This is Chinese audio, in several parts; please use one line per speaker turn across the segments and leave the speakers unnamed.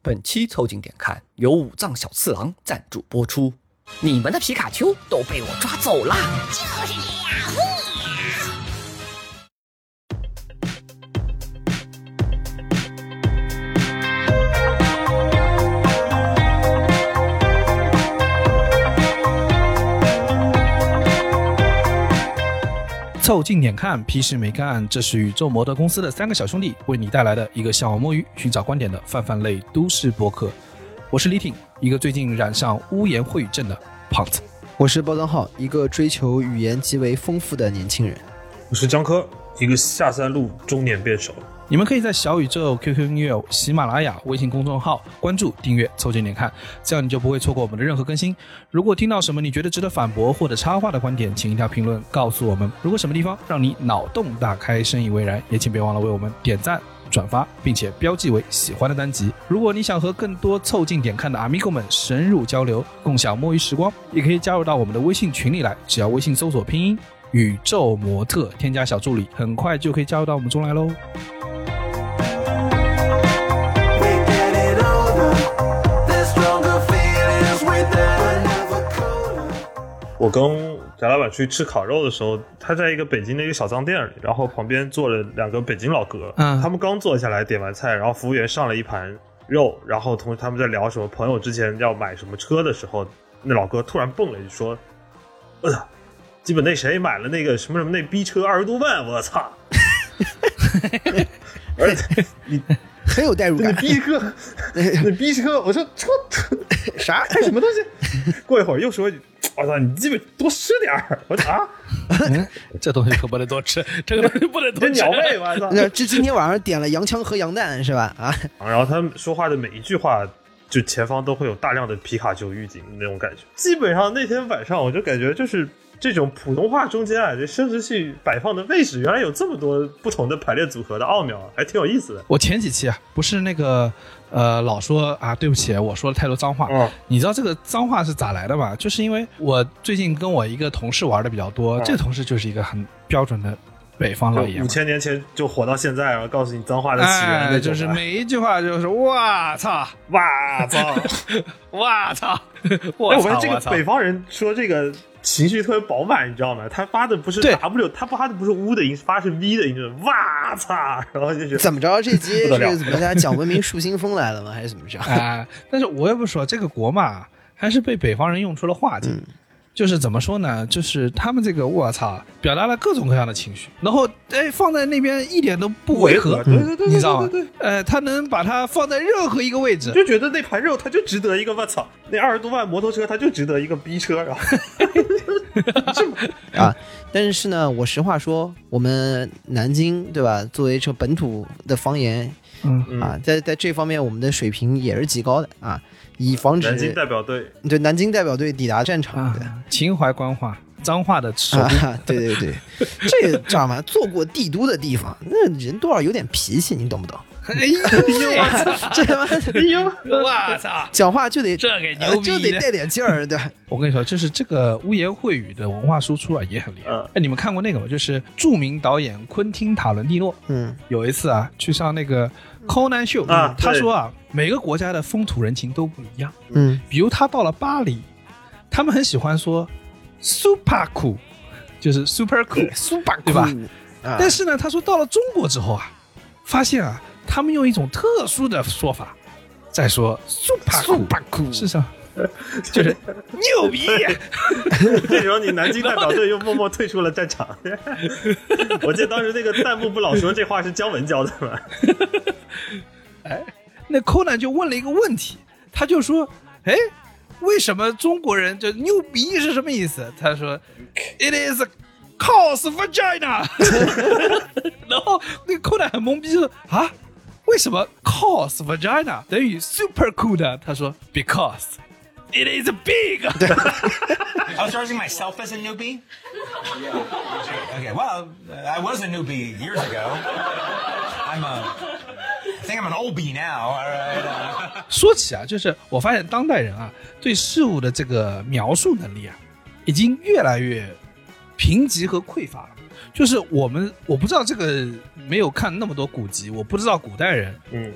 本期凑近点看由五藏小次郎赞助播出。你们的皮卡丘都被我抓走啦！
就是这样，嘿呀！
凑近点看，屁事没干，这是宇宙模特公司的三个小兄弟为你带来的一个向往摸鱼、寻找观点的泛泛类都市播客。我是李挺，一个最近染上污言秽语症的胖子。
我是包装浩，一个追求语言极为丰富的年轻人。
我是江科，一个下三路中年辩手。
你们可以在小宇宙、QQ 音乐、喜马拉雅、微信公众号关注、订阅、凑近点看，这样你就不会错过我们的任何更新。如果听到什么你觉得值得反驳或者插话的观点，请一定要评论告诉我们。如果什么地方让你脑洞大开、深以为然，也请别忘了为我们点赞、转发，并且标记为喜欢的单集。如果你想和更多凑近点看的 Amigo 们深入交流，共享摸鱼时光，也可以加入到我们的微信群里来，只要微信搜索拼音“宇宙模特”，添加小助理，很快就可以加入到我们中来喽。
We get it older. There's stronger feelings without another color.
我跟翟老板去吃烤肉的时候，他在一个北京的一个小脏店里，然后旁边坐了两个北京老哥，
嗯
他们刚坐下来点完菜，然后服务员上了一盘肉，然后同时他们在聊什么朋友之前要买什么车的时候，那老哥突然蹦了一句说：“我、操，基本那谁买了那个什么什么那逼车二十多万，我操！” 而且你
很有代入
那
感。
逼车， 那逼车，我说车啥看什么东西？ 过一会儿又说，我操，你基本多吃点儿。我操， 啊
这东西可不能 多吃，这个东西不能
你
多
这
吃
鸟。胃，我操！
那这今天晚上点了洋枪和羊蛋是吧？啊，
然后他们说话的每一句话，就前方都会有大量的皮卡丘预警那种感觉。基本上那天晚上，我就感觉就是这种普通话中间啊，这生殖器摆放的位置，原来有这么多不同的排列组合的奥妙啊，还挺有意思的。
我前几期啊，不是那个呃，老说啊，对不起，我说了太多脏话。
嗯
你知道这个脏话是咋来的吗？就是因为我最近跟我一个同事玩的比较多，
嗯
这个同事就是一个很标准的北方老爷
就五
们。
千年前就火到现在，然后告诉你脏话的起源
哎，
那种的，
就是每一句话就是哇操，
哇操！
哇操，我
哎，我
操
发现这
我
个
操
北方人说这个情绪特别饱满，你知道吗？他发的不是
对
W，他发的不是 U 的音，发是 V 的音，就是哇操，然后就是
怎么着？这集
不
是
得了
怎么大家讲文明树新风来了吗？还是怎么着？
啊、但是我也不说这个国骂还是被北方人用出了话
嗯
境。就是怎么说呢？就是他们这个我操，表达了各种各样的情绪，然后哎放在那边一点都不违和，
对对对对
你知道吗
对对对？
呃，他能把它放在任何一个位置，
就觉得那盘肉它就值得一个我操，那二十多万摩托车它就值得一个逼车，然后
啊，但是呢，我实话说，我们南京对吧？作为这本土的方言，
嗯
啊，在在这方面我们的水平也是极高的啊，以防止
南京代表队
对南京代表队抵达战场。
啊
对，
情怀官话，脏话的手段
啊，对对对，这个知道吗？做过帝都的地方，那人多少有点脾气，你懂不懂？
哎呦我操，
这他妈
哎呦，
我操！
讲话就得
这给
呃
牛逼
就得
的
带点劲儿，对吧。
我跟你说，就是这个污言秽语的文化输出啊，也很厉害。
嗯
哎，你们看过那个吗？就是著名导演昆汀·塔伦蒂诺，
嗯，
有一次啊，去上那个柯南秀
啊
他
对
说啊，每个国家的风土人情都不一样。
嗯，
比如他到了巴黎，他们很喜欢说 super cool，就是 super cool，
苏巴
对吧？
啊，
但是呢，他说到了中国之后啊，发现啊，他们用一种特殊的说法在说 super
Super cool
是啥？就是牛逼，
这时候你南京代表队又默默退出了战场。 我记得当时那个弹幕不老说这话是姜文教的吗？
那柯南就问了一个问题，他就说：“哎，为什么中国人就牛逼是什么意思？”他说：“It is a cause vagina。” 然后那个柯南很懵逼，就说：“啊，为什么 cause vagina 等于 super cool 呢？”他说：“Because it is a big。”
I was charging myself as a newbie? Yeah. Okay, well, uh, I was a newbie years ago. I'm a. I think I'm an old bee now, alright? Uh,
说起啊，就是我发现当代人啊，对事物的这个描述能力啊，已经越来越贫瘠和匮乏了。就是我们，我不知道这个没有看那么多古籍，我不知道古代人
嗯，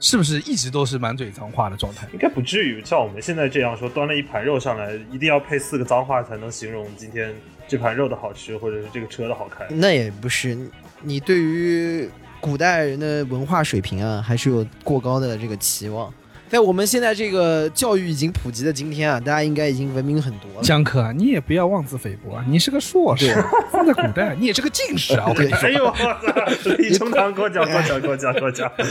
是不是一直都是满嘴脏话的 状态？
应该不至于像我们现在这样说，端了一盘肉上来，一定要配四个脏话才能形容今天这盘肉的好吃，或者是这个车的好开。
那也不是，你对于古代人的文化水平啊，还是有过高的这个期望。在我们现在这个教育已经普及的今天啊，大家应该已经文明很多了。
江科啊，你也不要妄自菲薄啊！你是个硕士，放在古代你也是个进士啊！我跟你
哎呦，我操！李成堂给我讲，给我讲，给我讲，给我讲。哎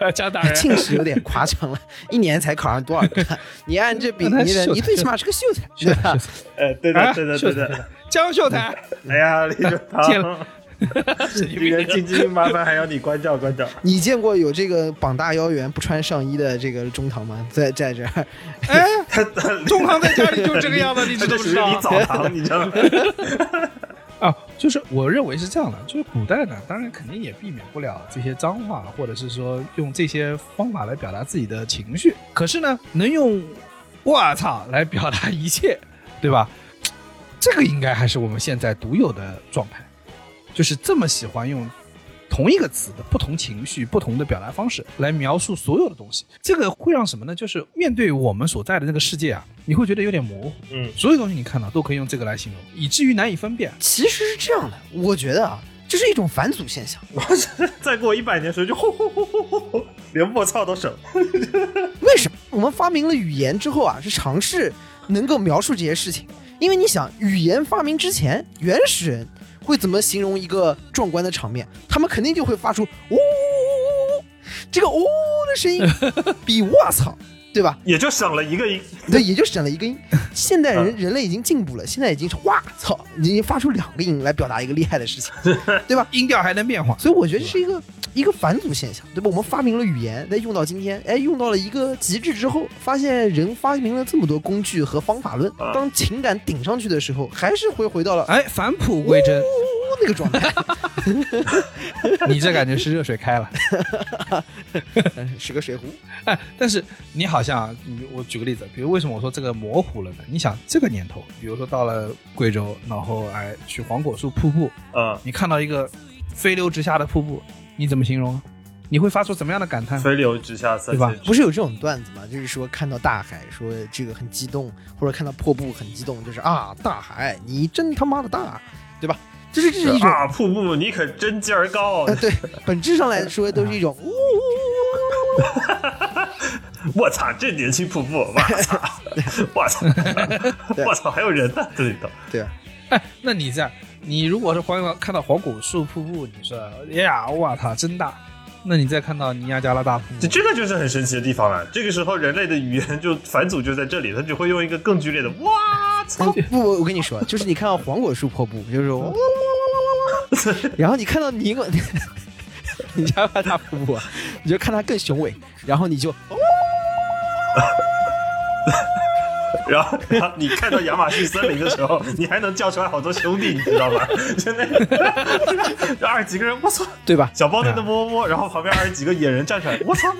说，加大人
进士哎有点夸张了， 一年才考上多少个？你按这 比例的，你最起码是个秀 才，对吧？
哎，对的，对的，对
啊
的。
江秀才，
哎呀，李成
见
堂
了，
这个进京麻烦还要你关照关照。
你见过有这个膀大腰圆不穿上衣的这个中堂吗？在在这儿，
哎，
他他
中堂在家里就这个样子，你
他
知
这
不
属
知
于
道
李？澡堂，你知道吗？
啊，就是我认为是这样的，就是古代呢，当然肯定也避免不了这些脏话，或者是说用这些方法来表达自己的情绪。可是呢，能用“我操”来表达一切，对吧？这个应该还是我们现在独有的状态，就是这么喜欢用同一个词的不同情绪、不同的表达方式来描述所有的东西。这个会让什么呢？就是面对我们所在的那个世界啊，你会觉得有点模糊，
嗯，
所有东西你看到都可以用这个来形容，以至于难以分辨。
其实是这样的，我觉得啊，这是一种返祖现象。
再过一百年时候就吼吼吼吼吼吼，连我操都省。
为什么我们发明了语言之后啊，是尝试能够描述这些事情？因为你想，语言发明之前，原始人会怎么形容一个壮观的场面？他们肯定就会发出“呜呜呜呜”这个“呜”的声音，比“我操”对吧？
也就省了一个音。
对，也就省了一个音。现代人人类已经进步了，现在已经是“哇操”，已经发出两个音来表达一个厉害的事情，对吧？
音调还能变化。
所以我觉得这是一个一个返祖现象，对吧？我们发明了语言，再用到今天，哎，用到了一个极致之后，发现人发明了这么多工具和方法论，当情感顶上去的时候，还是会回到 了
哎，返璞归真，
呜那个状 态，
你这感觉是热水开了。
是个水壶。
哎， 但是你好像啊，你我举个例子，比如为什么我说这个模糊了呢？你想这个年头，比如说到了贵州，然后哎去黄果树瀑布，
嗯，
你看到一个飞流直下的瀑布，你怎么形容啊？你会发出什么样的感叹？
飞流直下三
对吧
千
不是有这种段子吗？就是说看到大海，说这个很激动，或者看到破布很激动，就是啊，大海，你真他妈的大，对吧？就是这是一
尺
种，
啊！瀑布，你可真劲儿高啊
呃，！对，本质上来说都是一种呜呜呜呜 呜。
我操，这年轻瀑布，我操，我操，我操，还有人呢，这里头。
对 啊，
哎，那你这样，你如果是黄果看到黄果树瀑布，你说哎呀，哇它真大。那你再看到尼亚加拉大瀑
这
布，
这个就是很神奇的地方了。这个时候，人类的语言就返祖就在这里，他只会用一个更剧烈的“哇操
不不，我跟你说，就是你看到黄果树破布，就是哇哇哇哇哇哇，然后你看到尼果， 你家把大瀑布啊，你就看它更雄伟，然后你就”，
然后然后你看到亚马逊森林的时候，你还能叫出来好多兄弟，你知道吗？ 就那个二十几个人，我操！
对吧？
小包在那摸摸摸，然后旁边二十几个野人站出来，我操！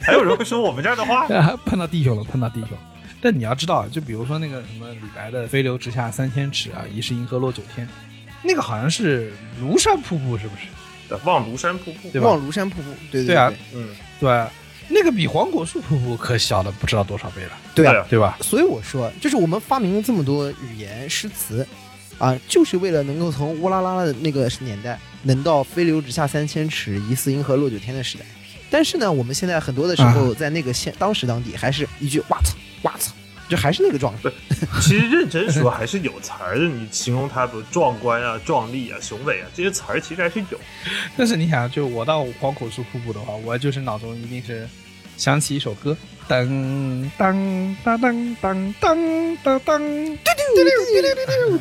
还有人会说我们这儿的话？
碰到弟兄了，碰到弟兄。但你要知道，就比如说那个什么李白的“飞流直下三千尺啊，疑是银河落九天”，那个好像是庐山瀑布，是不是？
望庐山瀑布，
对吧
望庐山瀑布，对
对
对
啊
嗯，
对吧，那个比黄果树瀑布可小了不知道多少倍了，
对啊
对啊
对吧？
所以我说，就是我们发明了这么多语言诗词，啊，就是为了能够从乌拉拉的那个年代，能到飞流直下三千尺，疑似银河落九天的时代。但是呢，我们现在很多的时
啊
候，在那个现、当时当地，还是一句“哇操哇操”，就还是那个状态。
其实认真说还是有词儿的，你形容它不壮观啊、壮丽啊、雄伟啊这些词儿其实还是有。
但是你想，就我到黄果树瀑布的话，我就是脑中一定是想起一首歌，噔噔噔噔噔噔噔噔，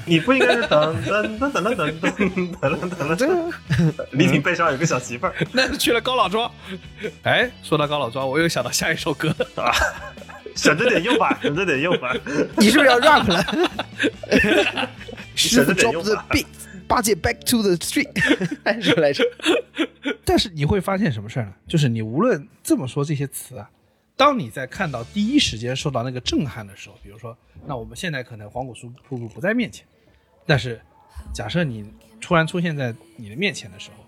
你不应该是噔噔噔噔噔噔噔噔噔噔，李挺背上有个小媳妇儿，
那是去了高老庄。哎，说到高老庄，我又想到下一首歌。
省着点用吧，省着点用吧。
你是不是要 rap 了？
你
师傅
省着点
drop
用
the
吧
beat，八戒 back to the street，还 是什么来着？
但是你会发现什么事儿呢？就是你无论这么说这些词啊，当你在看到第一时间受到那个震撼的时候，比如说，那我们现在可能黄果树瀑布不在面前，但是假设你突然出现在你的面前的时候，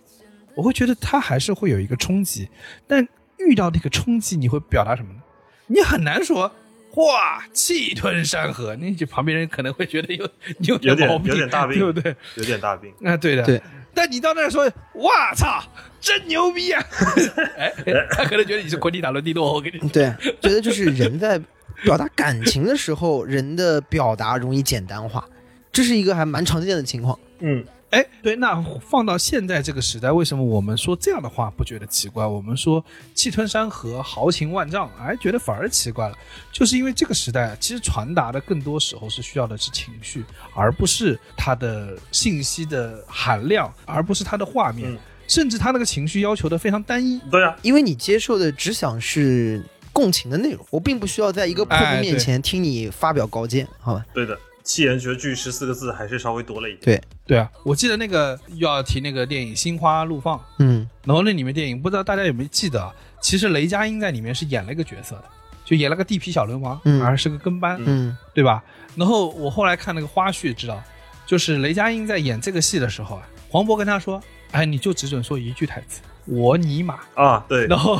我会觉得它还是会有一个冲击，但遇到那个冲击，你会表达什么呢？你很难说。哇，气吞山河！那就旁边人可能会觉得有你有
有点
毛病，
有点大病
对不对？
有点大病。
啊，对的，
对。
但你到那儿说，哇操，真牛逼啊！ 哎，他可能觉得你是昆汀塔伦蒂诺，我跟你
对，觉得就是人在表达感情的时候，人的表达容易简单化，这是一个还蛮常见的情况。
嗯，
哎，对，那放到现在这个时代，为什么我们说这样的话不觉得奇怪？我们说气吞山河、豪情万丈，哎，觉得反而奇怪了，就是因为这个时代，其实传达的更多时候是需要的是情绪，而不是它的信息的含量，而不是它的画面，
嗯
甚至它那个情绪要求的非常单一。
对啊，
因为你接受的只想是共情的内容，我并不需要在一个破
哎
冰面
对
前听你发表高见，好吧？
对的，七言绝句十四个字还是稍微多了一点。
对，
对啊，我记得那个又要提那个电影《心花怒放》，
嗯，
然后那里面电影不知道大家有没有记得，啊？其实雷佳音在里面是演了一个角色的，就演了个地痞小流氓，
嗯
而是个跟班，
嗯
对吧？然后我后来看那个花絮知道，就是雷佳音在演这个戏的时候啊，黄渤跟他说：“哎，你就只准说一句台词，我尼玛。
啊，”对
然，后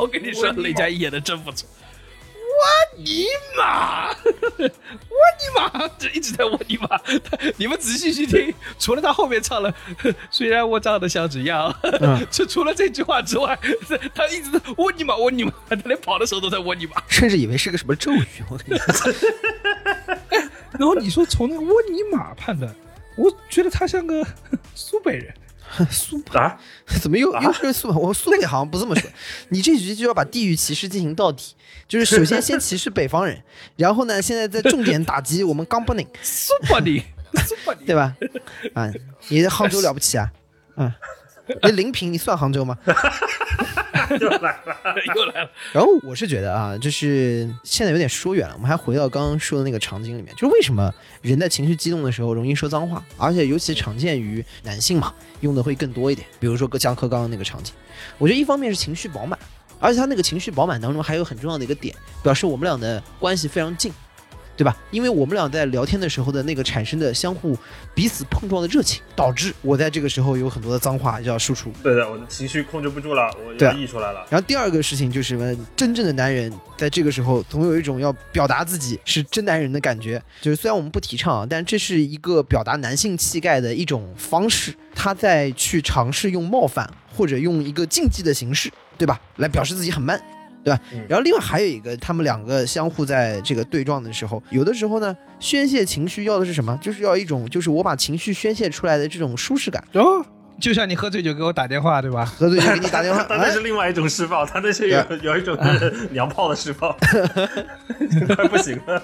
我跟你说，雷佳音演的真不错。我尼玛，我尼玛，这一直在我尼玛。他你们仔细去听，除了他后面唱了“虽然我长得像只羊”，
嗯
就除了这句话之外，他一直在我尼玛我尼玛，他连跑的时候都在我尼玛。
甚至以为是个什么咒语，我跟你说，
然后你说从那个沃尼玛判断，我觉得他像个苏北人。
苏北
啊，
怎么又又是苏北？我苏北好像不这么说。你这局就要把地域歧视进行到底，就是首先先歧视北方人，然后呢，现在再重点打击我们冈布宁，
苏北的，苏北的，
对吧？啊，你杭州了不起啊，啊，那临平你算杭州吗？
又来了。
又来了。
然后我是觉得啊，就是现在有点说远了，我们还回到刚刚说的那个场景里面，就是为什么人在情绪激动的时候容易说脏话，而且尤其常见于男性嘛，用的会更多一点。比如说像柯刚刚那个场景，我觉得一方面是情绪饱满，而且他那个情绪饱满当中还有很重要的一个点，表示我们俩的关系非常近，对吧？因为我们俩在聊天的时候的那个产生的相互彼此碰撞的热情，导致我在这个时候有很多的脏话要输出。
对的，我的情绪控制不住了，我
对
要
啊
溢出来了。
然后第二个事情就是什么？真正的男人在这个时候总有一种要表达自己是真男人的感觉。就是虽然我们不提倡啊，但这是一个表达男性气概的一种方式。他在去尝试用冒犯或者用一个竞技的形式，对吧，来表示自己很 man，对吧
嗯？
然后另外还有一个，他们两个相互在这个对撞的时候，有的时候呢，宣泄情绪要的是什么？就是要一种就是我把情绪宣泄出来的这种舒适感。
哦，就像你喝醉酒给我打电话，对吧？
喝醉就给你打电 话，
他那
哎啊
是另外一种施暴，他那是有有一种是娘炮的施 暴，快不行了。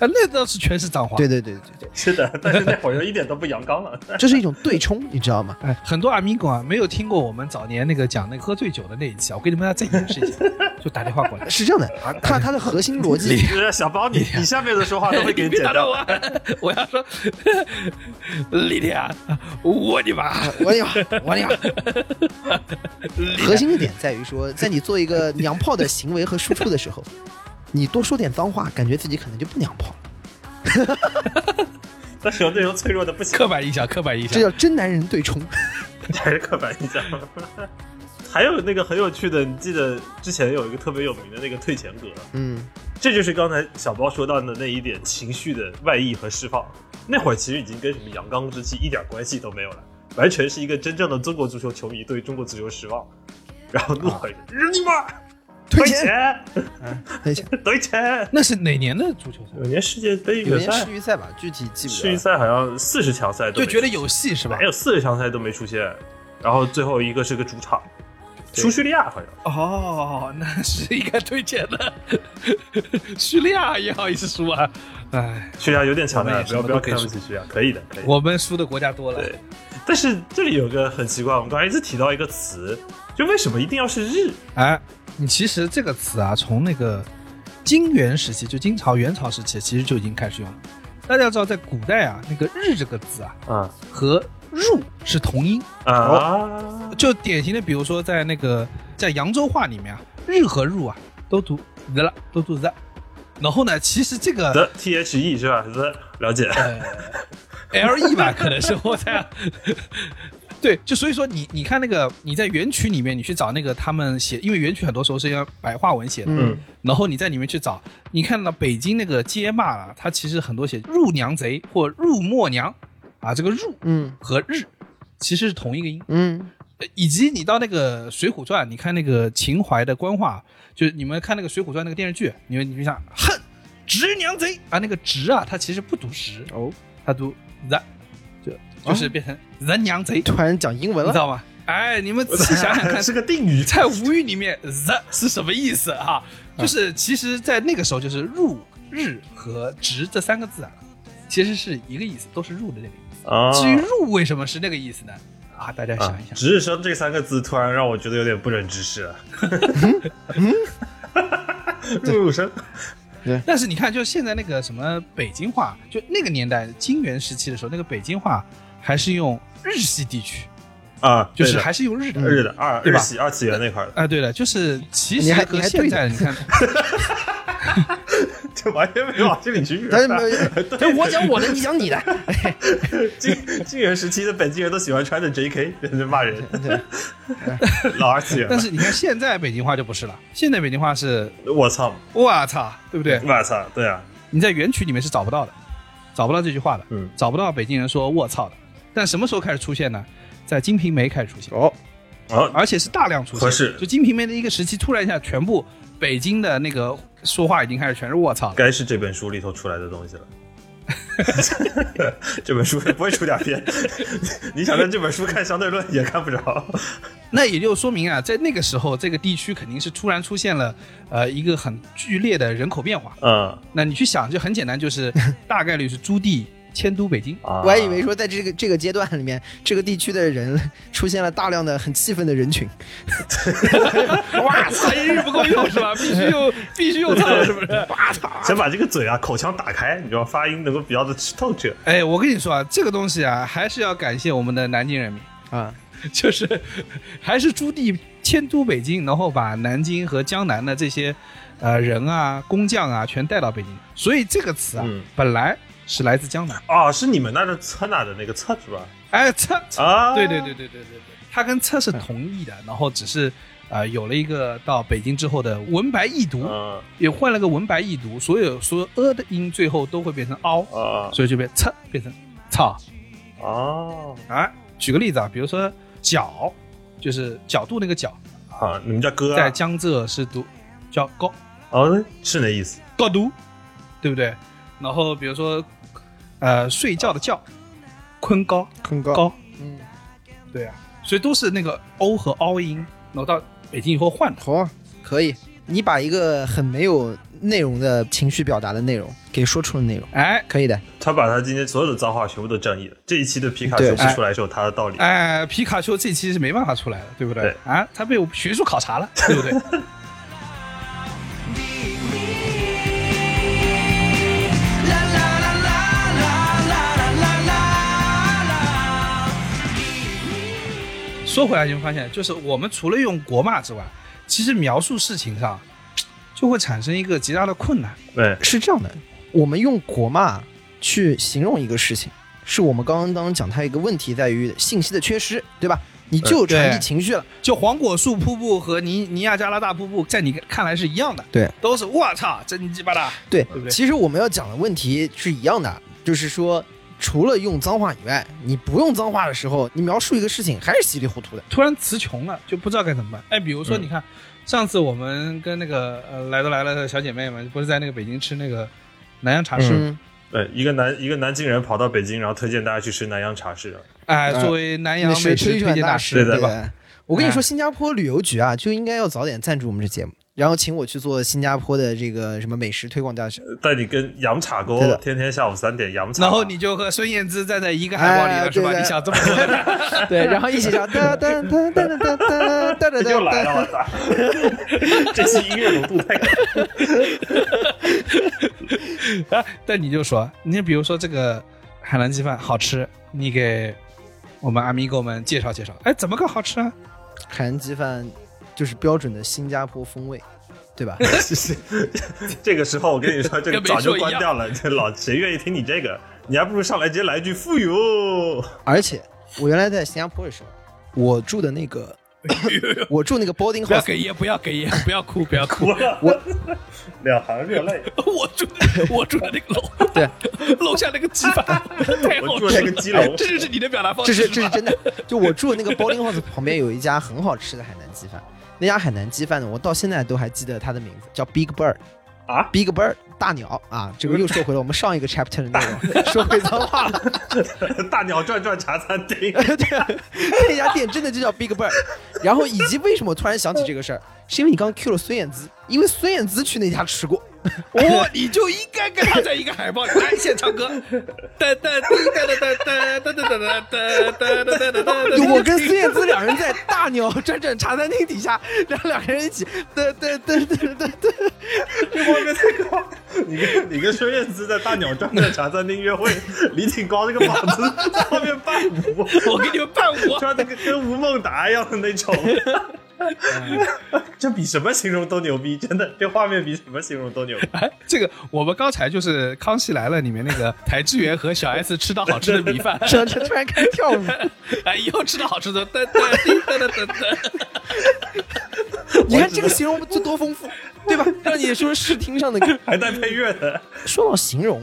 啊，那倒是全是脏话。
对对对对对，
是的，但是那会儿又一点都不阳刚了。
这是一种对冲，你知道吗？
哎，很多阿米狗啊，没有听过我们早年那个讲那个喝醉酒的那一期啊，我给你们大家再演示一下， 就打电话过来。
是这样的，它它的核心逻辑，
就是小包，你你下辈子说话都会给
你
你剪
别打断
掉。
我， 我要说，李天啊，我的妈，
啊我的妈，我 的妈！
李天
核心的点在于说，在你做一个娘炮的行为和输出的时候，你多说点脏话，感觉自己可能就不娘炮了。
但是有那种脆弱的不行，
刻板印象，刻板印
这
象。
叫真男人对冲。
还是刻板印象。 还有那个很有趣的，你记得之前有一个特别有名的那个退钱格，
嗯，
这就是刚才小包说到的那一点情绪的外溢和释放。那会儿其实已经跟什么阳刚之气一点关系都没有了，完全是一个真正的中国足球球迷对中国足球失望，然后怒吼一声：“日你妈！
退钱
钱，
那行
退钱
那是哪年的足球赛
有？年世界杯
有
决
年
赛
世，预赛吧，具体记啊不
世
得
预
了。
赛好像四十强赛都
就
没
觉得有戏是吧
还？有四十强赛都没出现，然后最后一个是个主场，输叙利亚好像。
哦，那是应该推荐的。 叙利亚也好意思输啊？哎，
叙利亚有点强
我
大，
们也
不要
什么
不要
都可以
看不起叙利亚，可以的，可以的。
我们输的国家多了。
对但是这里有个很奇怪，我们刚才一直提到一个词，就为什么一定要是日？
哎，你其实这个词啊，从那个金元时期，就金朝、元朝时期，其实就已经开始用了。大家要知道，在古代啊，那个“日”这个字啊，
啊
和“入”是同音。
啊，
就典型的，比如说在那个在扬州话里面啊，“日”和“入”啊，都读“的”了，都读“的”。然后呢，其实这个
的 T H E
呃
是吧？的了解，
L E 吧，可能是我在对，就所以说你你看那个你在园曲里面你去找那个他们写，因为园曲很多时候是用白话文写的，
嗯，
然后你在里面去找，你看到北京那个街骂啊，它其实很多写入娘贼或入默娘啊，这个入
嗯
和日其实是同一个音，
嗯
呃以及你到那个《水浒传》，你看那个秦淮的官话，就是你们看那个《水浒传》那个电视剧，你们你就想恨直娘贼啊，那个直啊，它其实不读直，
哦，
它读 the，就就是变成 the 娘贼，
突然讲英文
你知
了，
道吗？哎，你们仔细想想看，
是个定语。
在吴语里面 the 是什么意思啊？就是其实，在那个时候，就是入日和直这三个字啊，其实是一个意思，都是入的那个意思。
啊
至于入为什么是那个意思呢？啊，大家
啊
想一，想。
值日生这三个字突然让我觉得有点不忍直视了。
嗯
入入生，
但是你看，就现在那个什么北京话，就那个年代金元时期的时候，那个北京话还是用日系地区，
啊，
就是
对的
还是用日的。
日的二
对
日
吧
系二次元那块的，
啊，对了，就是其
你
实
还
和
你还
现
对
在你看，
这完全没往这里去圆
但是
啊。
没有，我讲我的，你讲你的，
金金元时期的北京人都喜欢穿着 J.K. 骂人， 老二次元了
但。是你看现在北京话就不是了，现在北京话是
我操，
我操，对不对？
我操，对啊，
你在园区里面是找不到的，找不到这句话的，
嗯
找不到北京人说我操的。但什么时候开始出现呢？在《金瓶梅》开始出现，
哦，
哦，
而且是大量出现。
合适
就《金瓶梅》的一个时期，突然一下，全部北京的那个说话已经开始全是我操了。
该是这本书里头出来的东西了。 这本书也不会出两篇， 你想在这本书看相对论也看不着。
那也就说明啊，在那个时候，这个地区肯定是突然出现了呃一个很剧烈的人口变化。
嗯
那你去想，就很简单，就是 大概率是朱棣迁都北京。
啊，
我还以为说在这个这个阶段里面，这个地区的人出现了大量的很气愤的人群，
哇操，一日不够用是吧？必须用，必须用操，是不是？哇操！
先把这个嘴啊口腔打开，你知道发音能够比较的透彻。
哎，我跟你说啊，这个东西啊，还是要感谢我们的南京人民，
啊，
就是还是朱棣迁都北京，然后把南京和江南的这些呃人啊、工匠啊全带到北京，所以这个词啊，
嗯
本来是来自江南。
啊，是你们那的侧哪的那个侧是吧？
哎，测，
啊，
对对对，对对对对，它跟测是同义的，然后只是呃有了一个到北京之后的文白异读，
嗯
也换了个文白异读，所有说呃的音最后都会变成凹，
啊
所以就变测变成操。
哦，
啊，举个例子啊，比如说角，就是角度那个角，
啊，你们叫哥
在
啊？
江浙是读叫高
哦，是那意思。
高度，对不对？然后比如说呃睡觉的觉，坤高
很高，
高，
嗯，
对啊，所以都是那个欧和凹音，然后到北京以后换的。
好、可以，你把一个很没有内容的情绪表达的内容给说出了内容，
哎
可以的，
他把他今天所有的脏话全部都正义了。这一期的皮卡丘
对
不出来是有他的道理。
哎，皮卡丘这期是没办法出来的，对不对？
对
啊，他被我们学术考察了，对不对？说回来，你会发现，就是我们除了用国骂之外，其实描述事情上就会产生一个极大的困难。
对，
是这样的，我们用国骂去形容一个事情，是我们刚刚刚讲它一个问题在于信息的缺失，对吧？你就传递
对
情绪了，
就黄果树瀑布和尼尼亚加拉大瀑布，在你看来是一样的，
对，
都是我操，真鸡巴的。
对
对不对
其实我们要讲的问题是一样的，就是说，除了用脏话以外，你不用脏话的时候，你描述一个事情还是稀里糊涂的。
突然词穷了，就不知道该怎么办。哎，比如说，你看、上次我们跟那个呃来都来了的小姐妹们，不是在那个北京吃那个南洋茶室吗？
嗯，
对，哎一个南一个南京人跑到北京，然后推荐大家去吃南洋茶室。
哎，
呃
作为南洋
那
美
是
食
推
推
荐
荐大
师，
对
对
的
吧？
吧？我跟你说，
哎
新加坡旅游局啊，就应该要早点赞助我们这节目，然后请我去做新加坡的这个什么美食推广大使。
带你跟洋茶沟
对的，
天天下午三点洋茶。
然后你就和孙燕姿站在一个海报里了，
哎
是吧？
对的
你想这么多，
对，然后一起唱哒哒哒哒哒哒哒哒哒哒，
又来了，我操！ 这期音乐浓度太高。
但你就说，你比如说这个海南鸡饭好吃，你给我们阿米狗们介绍介绍，哎，怎么个好吃啊？
海南鸡饭就是标准的新加坡风味，对吧？
这个时候我跟你说，这个
跟没
早就
说一
关
样
掉了。这老谁愿意听你这个？你还不如上来直接来一句“富有
而且我原来在新加坡的时候，我住的那个，我住那个 boarding
不要
house
哽咽，不要哽咽，不要哭，不要 哭。
两行热泪。
我住我住的那个楼，
对，
楼下那个鸡 饭太好
我住
吃了，哎
的那个鸡楼
这就是你的表达方
这
式
是
吧，
这是真的。就我住的那个 boarding house 旁边有一家很好吃的海南鸡饭，那家海南鸡饭呢，我到现在都还记得它的名字，叫 Big Bird。
啊
，Big Bird 大鸟啊，这个又说回了我们上一个 chapter 的内 容，说回脏话了。
大鸟转转茶餐厅，
对啊，那家店真的就叫 Big Bird。然后以及为什么我突然想起这个事儿，是因为你刚 Q 了孙燕姿，因为孙燕姿去那家吃过。
哇，哦你就应该跟他在一个海报里来现唱歌，哒哒滴哒哒哒哒哒哒哒哒哒哒哒哒哒。
我跟孙燕姿两人在大鸟转转茶餐厅底下，然后两个人一起嘚嘚嘚嘚嘚嘚。
这画面太高。 你跟你跟孙燕姿在大鸟转转茶餐厅约会，李挺高这个膀子在后面伴舞，
我给你们伴舞啊，
穿的跟跟吴孟达一样的那种。这比什么形容都牛逼，真的，这画面比什么形容都牛逼。
哎，这个我们刚才就是《康熙来了》里面那个台志源和小 S 吃到好吃的米饭，
然后突然开始 跳舞，
哎，以后吃到好吃的，哒哒滴哒哒哒哒。
你看这个形容就多丰富，对吧？让你说视听上的。
还带配乐的，
说到形容，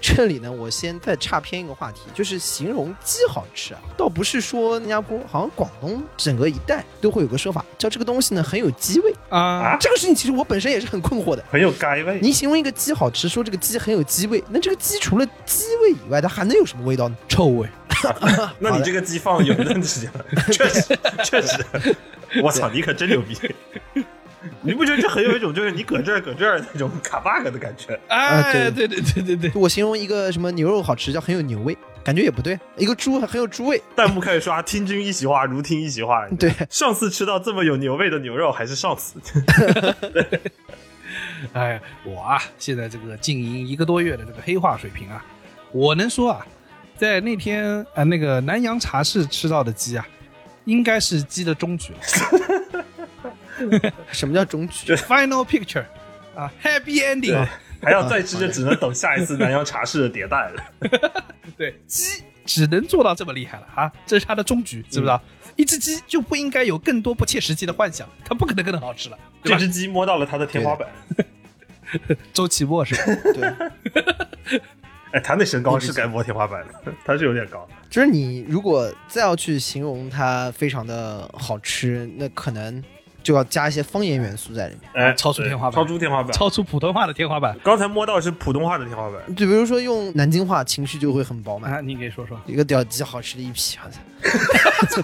这里呢，我先再岔偏一个话题，就是形容鸡好吃啊，倒不是说新加坡，好像广东整个一带都会有个说法，叫这个东西呢很有鸡味。
啊，
这个事情其实我本身也是很困惑的。
很有该味。
你形容一个鸡好吃，说这个鸡很有鸡味，那这个鸡除了鸡味以外，它还能有什么味道呢？
臭 味，
那你这个鸡放有问题了，确实确实，我操，你可真牛逼！你不觉得这很有一种就是你搁这儿搁这儿那种卡 bug 的感觉？
啊
哎，对
对
对对对对，
我形容一个什么牛肉好吃，叫很有牛味，感觉也不对；啊一个猪很有猪味，
弹幕开始刷“听君一席话，如听一席话”。
对，
上次吃到这么有牛味的牛肉还是上次。
哎，我啊，现在这个经营一个多月的这个黑化水平啊，我能说啊，在那天啊、那个南洋茶室吃到的鸡啊，应该是鸡的终 局了
什么叫中举？
，final picture 啊，happy ending，
还要再吃，就只能等下一次南洋茶室的迭代了。
对，鸡只能做到这么厉害了啊，这是它的终局，知不知道？一只鸡就不应该有更多不切实际的幻想，它不可能更好吃了，
这
对吧？
只鸡摸到了它的天花板，
周奇墨是吧，
对，
哎，它那身高是该摸天花板了， 它是有点高。
就是你如果再要去形容它非常的好吃，那可能就要加一些方言元素在里面。
哎，
呃超出天花板
超出天花板。
超出普通话的天花板
刚才摸到是普通话的天花板，
就比如说用南京话，情绪就会很饱满。
啊！你给说说，
一个屌鸡好吃的一批，我操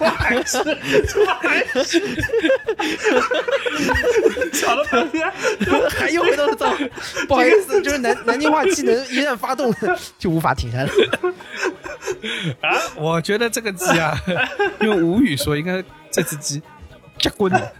讲了半天，
还又回到了脏话，不好意思，就是南南京话技能一旦发动就无法停下来。
我觉得这个鸡啊， 用吴语说，应该这只鸡结 棍的。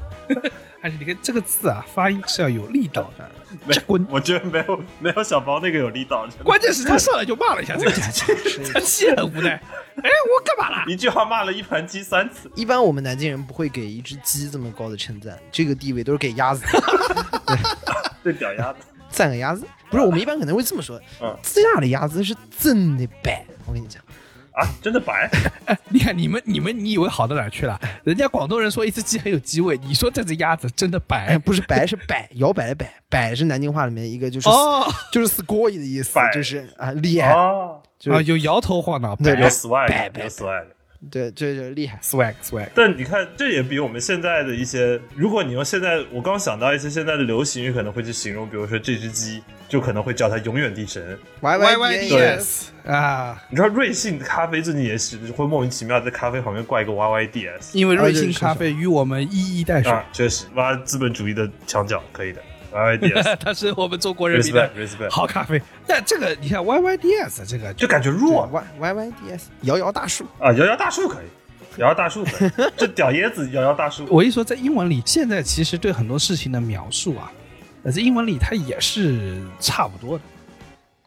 而且你看这个字啊，发音是要有力道的。
没 我觉得没有没有小包那个有力道，真的
关键是他上来就骂了一下这个鸡， 他气很无奈。哎，我干嘛啦？
一句话骂了一盘鸡三次。
一般我们南京人不会给一只鸡这么高的称赞，这个地位都是给鸭子的，
对屌鸭子，
赞个鸭子。不是，我们一般可能会这么说
嗯，
自家的鸭子是真的白，我跟你讲，
啊，真的 白，
哎，你看你们，你们，你以为好到哪儿去了？人家广东人说一只鸡很有鸡味，你说这只鸭子真的
哎，
白
不是白是摆，摇摆的摆，摆是南京话里面一个就是
哦
就是 score 的意思
摆，
就是啊厉害，
哦，
就是
啊，有摇头晃脑，
对
白
有 swag，
白
的有 swag 的。
对，这就是厉害。
swag swag，
但你看，这也比我们现在的一些，如果你用现在，我刚想到一些现在的流行语，可能会去形容，比如说这只鸡，就可能会叫它永远地神。
Y
YYDS
对
啊，
你知道瑞幸咖啡最近也是会莫名其妙在咖啡旁边挂一个 YYDS
因为瑞幸
啊这
咖啡与我们一一带水，
啊，确实挖资本主义的墙角，可以的 YYDS
它 是我们中国人民的
respect respect，
好咖啡。但这个你看 YYDS 这个
就感觉弱
对 Y Y Y D S 摇摇大树，
啊，摇摇大树可以，摇摇大树 可以，这屌椰子摇摇大树，
我一说在英文里，现在其实对很多事情的描述啊，呃，在英文里它也是差不多的。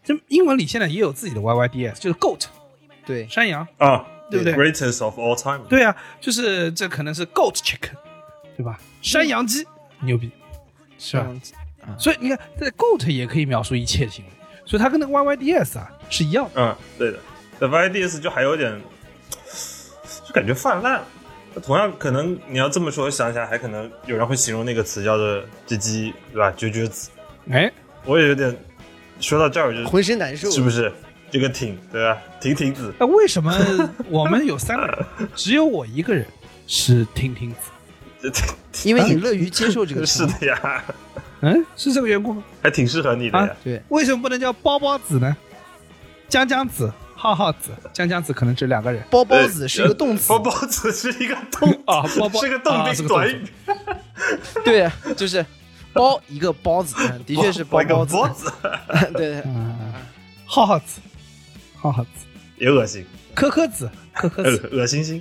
这英文里现在也有自己的 YYDS，就是 goat
对，
山羊，
啊，
对不对
g r e a t e s t of all time，
对啊，就是这可能是 goat chicken，对吧？山羊鸡牛逼，是吧？
嗯
所以你看，这 goat 也可以描述一切行为，所以它跟那个 YYDS 啊是一样的。
嗯，对的。The YDS 就还有点，就感觉泛滥了。同样，可能你要这么说，想起来还可能有人会形容那个词叫做“唧唧”，对吧？“撅撅子
哎，”，
我也有点说到这儿，我就
浑身难受。
是不是这个挺对吧？挺挺子，
那为什么我们有三个人，只有我一个人是听听子？
这挺
因为你乐于接受这 个
是
称
的呀，
嗯，是这个缘故吗？
还挺适合你的呀
啊。
呼对，
为什么不能叫包包子呢？江江子、浩浩子、江江子可能只有两个人
包包子是一个动词，
包包子是一个动，
啊，包包
是个动
啊是
宾
个动
短
词
语，
对，就是包一个包子，嗯的确是包
包
包
子
子，， 对，对
嗯，浩浩子，浩浩子，
也恶心，
科科子，科科
恶
子，
恶心心，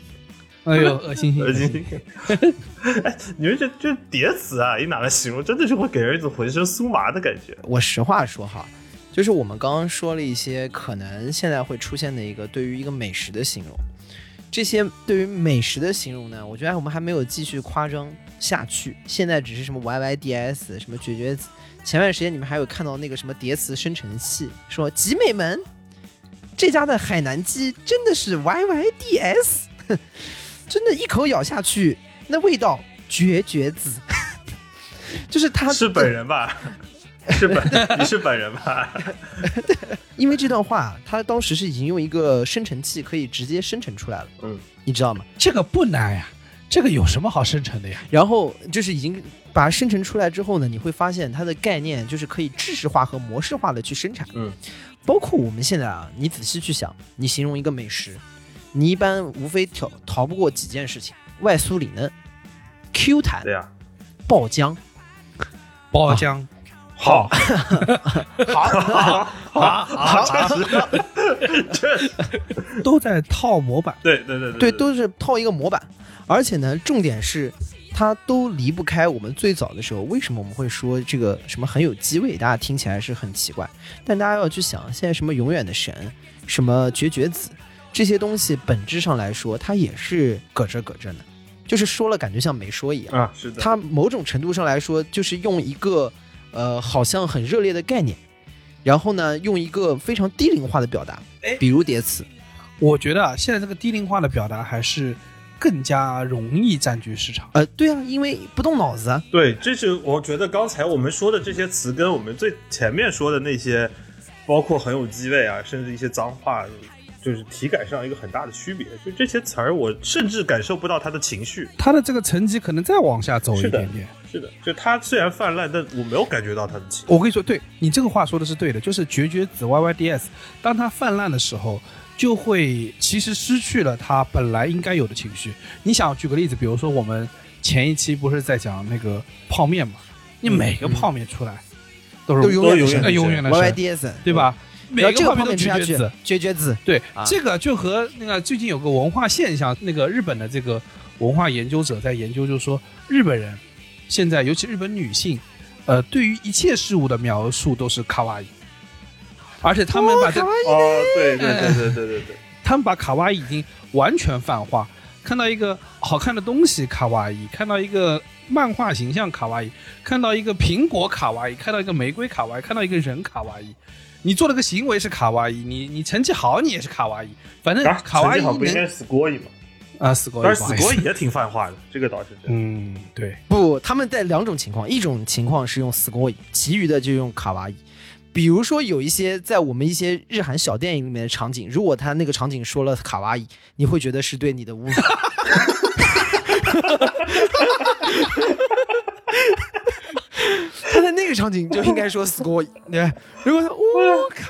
哎 呦，恶心心，
恶
恶
心
心心
心。哎，你们这这叠词啊，一拿来形容，真的是会给人一种浑身酥麻的感觉。
我实话说哈，就是我们刚刚说了一些可能现在会出现的一个对于一个美食的形容，这些对于美食的形容呢，我觉得我们还没有继续夸张下去，现在只是什么 YYDS 什么绝绝子，前段时间你们还有看到那个什么叠词生成器，说集美门这家的海南鸡真的是 YYDS，真的一口咬下去那味道绝绝子。 就是它
是本人吧？是本你是本人吧？
因为这段话，它当时是已经用一个生成器可以直接生成出来了，
嗯，
你知道吗？
这个不难呀，这个有什么好生成的呀？
然后就是已经把它生成出来之后呢，你会发现它的概念就是可以知识化和模式化的去生产，
嗯，
包括我们现在啊，你仔细去想，你形容一个美食，你一般无非挑逃不过几件事情：外酥里嫩、Q 弹
对、呀、
爆浆，
包浆，
啊好，好，好，好，确实，确实，
都在套模板，
对对对
对，都是套一个模板。而且呢，重点是它都离不开我们最早的时候。为什么我们会说这个什么很有机味？大家听起来是很奇怪，但大家要去想，现在什么永远的神，什么绝绝子这些东西，本质上来说，它也是咯吱咯吱的，就是说了感觉像没说一样。
啊，是的，
它某种程度上来说，就是用一个呃好像很热烈的概念，然后呢，用一个非常低龄化的表达
哎，
比如叠词。
我觉得啊，现在这个低龄化的表达还是更加容易占据市场。
呃，对啊，因为不动脑子啊。
对，这是我觉得刚才我们说的这些词，跟我们最前面说的那些，包括很有机味啊，甚至一些脏话，就是体感上一个很大的区别。就这些词儿，我甚至感受不到它的情绪。
它的这个层级可能再往下走一
是的
点点。
是的，就它虽然泛滥，但我没有感觉到它的情绪。
我跟你说，对你这个话说的是对的，就是绝绝子 YYDS，当它泛滥的时候，就会其实失去了它本来应该有的情绪。你想举个例子，比如说我们前一期不是在讲那个泡面嘛？你每个泡面出来、嗯都是
都永远
都永远
哎永远的
Y Y
神，
D S，
对？吧？每
然后
个
这个
泡
泡
面都
面吃
绝
下
绝
去
子，，
绝绝子，
对，
啊
这个就和那个最近有个文化现象，那个日本的这个文化研究者在研究，就是说日本人现在，尤其日本女性，呃，对于一切事物的描述都是卡哇伊，而且他们把这、
哦，对对对
嗯
对对对对，
他们把卡哇伊已经完全泛化，看到一个好看的东西卡哇伊，看到一个漫画形象卡哇伊，看到一个苹果卡哇伊，看到一个玫瑰卡哇伊，看到一个人卡哇伊。你做了个行为是卡哇伊，你你成绩好你也是卡哇伊，反正
啊，
卡哇伊
成绩好不应
能
该死过一吗？
啊，死狗
当
也
然，
不
死
好意
国
思
也挺泛化的，这个倒是真的。
嗯，对，
不，他们在两种情况，一种情况是用 score，其余的就用卡哇伊。比如说有一些在我们一些日韩小电影里面的场景，如果他那个场景说了卡哇伊，你会觉得是对你的侮辱。 他在那个场景就应该说 score，对吧，如果说哇卡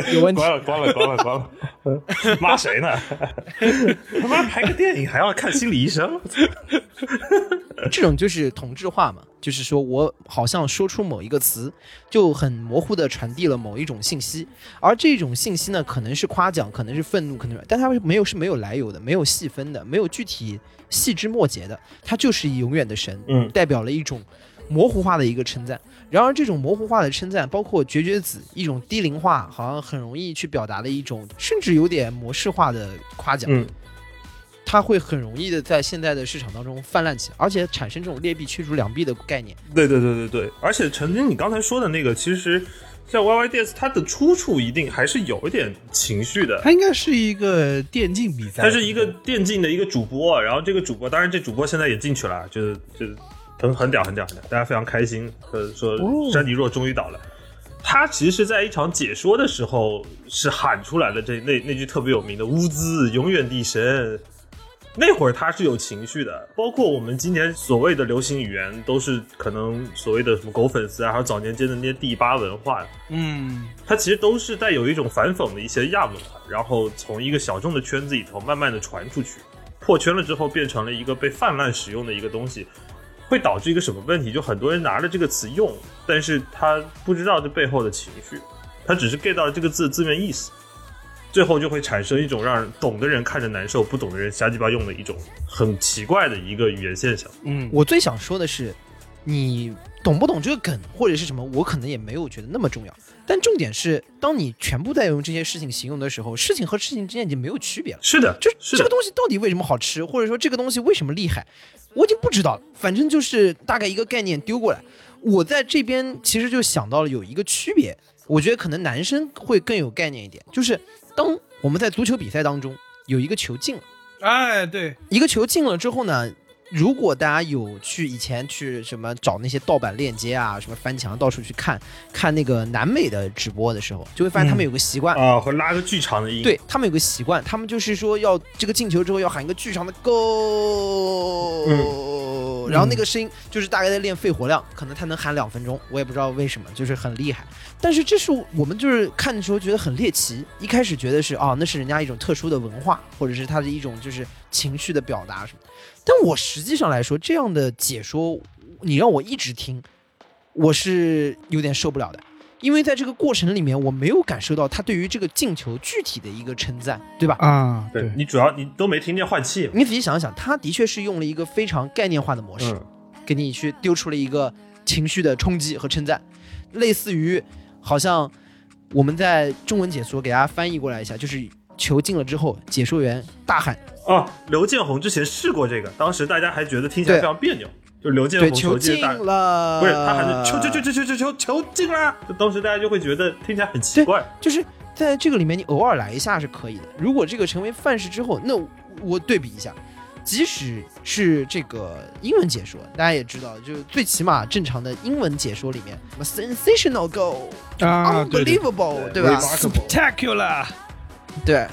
哇
有问题，关了，关了，关了，关了， 骂谁呢？他妈拍个电影还要看心理医生？
伊，这种就是同质化嘛，就是说我好像说出某一个词，就很模糊的传递了某一种信息，而这种信息呢，可能是夸奖，可能是愤怒，可能是，但它没有是没有来由的，没有细分的，没有具体细枝末节的，它就是以永远的神，
嗯
代表了一种模糊化的一个称赞。然而，这种模糊化的称赞，包括绝绝子一种低龄化，好像很容易去表达的一种，甚至有点模式化的夸奖，
嗯，
它会很容易的在现在的市场当中泛滥起来，而且产生这种劣币驱逐良币的概念。
对对对对对，而且陈军，你刚才说的那个，其实像 Y Y D S，它的出处一定还是有一点情绪的。
它应该是一个电竞比赛，
他是一个电竞的一个主播，然后这个主播，当然这主播现在也进去了，就是就是很很屌很屌很屌，大家非常开心，呃，说
哦
山迪若终于倒了。他其实是在一场解说的时候是喊出来的这那那句特别有名的“乌兹永远的神”，那会儿他是有情绪的。包括我们今年所谓的流行语言，都是可能所谓的什么狗粉丝啊，还有早年间的那些第八文化，
嗯，
它其实都是带有一种反讽的一些亚文化，然后从一个小众的圈子里头慢慢的传出去，破圈了之后变成了一个被泛滥使用的一个东西，会导致一个什么问题？就很多人拿着这个词用，但是他不知道这背后的情绪，他只是 get 到了这个字的字面意思，最后就会产生一种让人懂的人看着难受，不懂的人瞎鸡巴用的一种很奇怪的一个语言现象。
我最想说的是，你懂不懂这个梗或者是什么，我可能也没有觉得那么重要。但重点是，当你全部在用这些事情形容的时候，事情和事情之间已经没有区别了。
是的，
就是这个
的，
东西到底为什么好吃，或者说这个东西为什么厉害，我已经不知道了。反正就是大概一个概念丢过来，我在这边其实就想到了有一个区别，我觉得可能男生会更有概念一点，就是当我们在足球比赛当中有一个球进了。
哎，对，
一个球进了之后呢，如果大家有去以前去什么找那些盗版链接啊，什么翻墙到处去看看那个南美的直播的时候，就会发现他们有个习惯。
啊，会拉个巨长的音。
对他们有个习惯，他们就是说要这个进球之后要喊一个巨长的 “go”，、然后那个声音就是大概在练肺活量，可能他能喊两分钟，我也不知道为什么，就是很厉害。但是这是我们就是看的时候觉得很猎奇，一开始觉得是啊，那是人家一种特殊的文化，或者是他的一种就是情绪的表达什么。但我实际上来说，这样的解说，你让我一直听，我是有点受不了的。因为在这个过程里面，我没有感受到他对于这个进球具体的一个称赞，对吧？
啊，
对，你主要你都没听见换气嘛。
你仔细想想，他的确是用了一个非常概念化的模式，
嗯
给你去丢出了一个情绪的冲击和称赞，类似于好像我们在中文解说给大家翻译过来一下，就是球进了之后，解说员大喊
哦，刘建宏之前试过这个，当时大家还觉得听起来
对
非常别扭，就是刘建
对
宏
球
球
呃进
进大，
了，
不是他还是球球球球球球球球进啦，就当时大家就会觉得听起来很奇
对
怪。
就是在这个里面，你偶尔来一下是可以的。如果这个成为范式之后，那我我对比一下，即使是这个英文解说，大家也知道，就是最起码正常的英文解说里面，什么 sensational goal、
啊，对对
unbelievable，对吧？
，spectacular，unbelievable。
对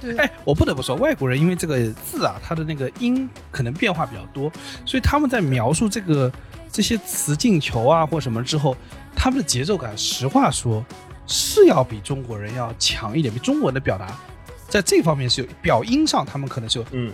对
哎，我不得不说，外国人因为这个字啊，它的那个音可能变化比较多，所以他们在描述这个这些词进球啊或什么之后，他们的节奏感，实话说是要比中国人要强一点，比中文的表达在这方面是有表音上，他们可能是有
嗯，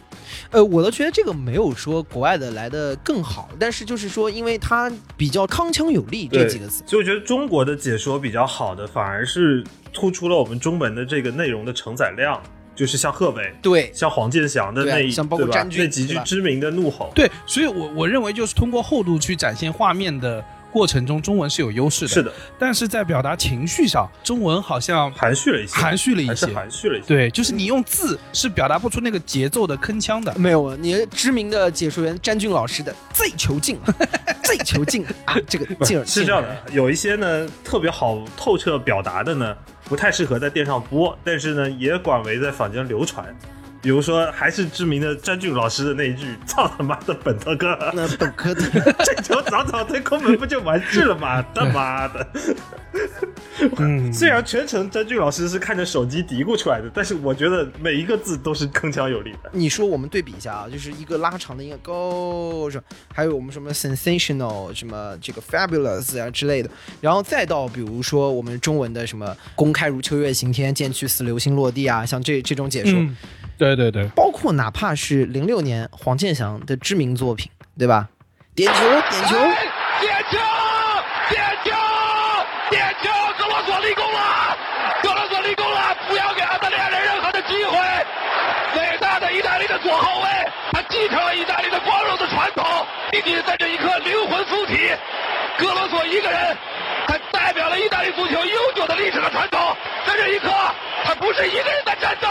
呃，我都觉得这个没有说国外的来的更好，但是就是说，因为它比较铿锵有力这
对
几个字。
所以我觉得中国的解说比较好的，反而是突出了我们中文的这个内容的承载量，就是像贺炜、
对，
像黄健翔的
对啊
那一
像包括
对吧
詹俊
那几
对
句
吧
知名的怒吼。
对，所以我我认为就是通过厚度去展现画面的过程中，中文是有优势的，
是的，
但是在表达情绪上，中文好像
含蓄了一些，
含蓄了一
还是
些
含蓄了一些。
对，就是你用字是表达不出那个节奏的铿锵的。
没有啊，你知名的解说员詹俊老师的 “Z 球 进了 ”，“Z 球进了”啊，这个进而
是这样，的，有一些呢特别好透彻表达的呢，不太适合在电上播，但是呢也广为在坊间流传。比如说，还是知名的詹俊老师的那一句“操他妈的本特哥
进了那本科的，”，
这球早早推空门不就完事了吗？他妈的！
嗯
虽然全程詹俊老师是看着手机嘀咕出来的，但是我觉得每一个字都是铿锵有力的。
你说我们对比一下啊，就是一个拉长的音乐 “go” 什么，还有我们什么 “sensational” 什么这个 “fabulous” 啊之类的，然后再到比如说我们中文的什么“公开如秋月行天，渐去似流星落地”啊，像这这种解说，
嗯，对对对，
包括哪怕是零六年黄健翔的知名作品，对吧？点球，点球，
点球，点球，点球！格罗索立功了，格罗索立功了！不要给澳大利亚人任何的机会。伟大的意大利的左后卫，他继承了意大利的光荣的传统，并且在这一刻灵魂附体。格罗索一个人，他代表了意大利足球悠久的历史和传统。在这一刻，他不是一个人在战斗，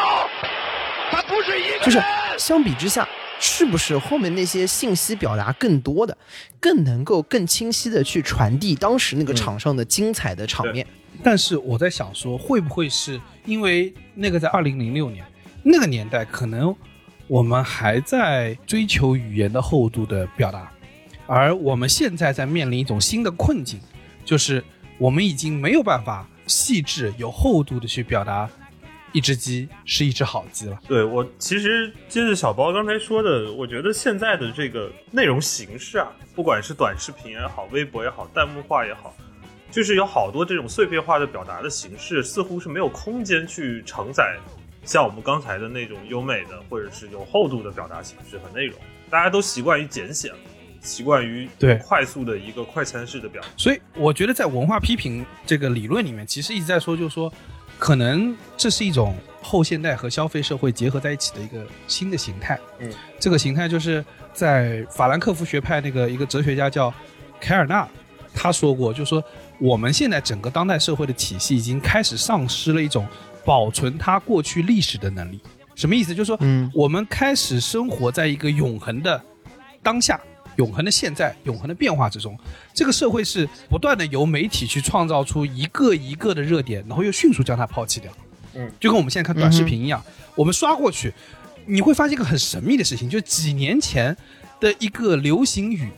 他不是一个人。
就是相比之下，是不是后面那些信息表达更多的，更能够更清晰的去传递当时那个场上的精彩的场面？
但是我在想说，会不会是因为那个在二零零六年那个年代，可能我们还在追求语言的厚度的表达，而我们现在在面临一种新的困境，就是我们已经没有办法细致有厚度的去表达一只鸡是一只好鸡了。
对我其实接着小包刚才说的，我觉得现在的这个内容形式啊，不管是短视频也好，微博也好，弹幕化也好，就是有好多这种碎片化的表达的形式，似乎是没有空间去承载像我们刚才的那种优美的或者是有厚度的表达形式和内容。大家都习惯于简写了，习惯于
对
快速的一个快餐式的表达。
所以我觉得在文化批评这个理论里面，其实一直在说，就是说，可能这是一种后现代和消费社会结合在一起的一个新的形态。
嗯，
这个形态就是在法兰克福学派那个一个哲学家叫凯尔纳，他说过，就是说我们现在整个当代社会的体系已经开始丧失了一种保存它过去历史的能力。什么意思？就是说，
嗯
我们开始生活在一个永恒的当下、永恒的现在、永恒的变化之中。这个社会是不断的由媒体去创造出一个一个的热点，然后又迅速将它抛弃掉。
嗯，
就跟我们现在看短视频一样，我们刷过去，你会发现一个很神秘的事情，就几年前的一个流行语，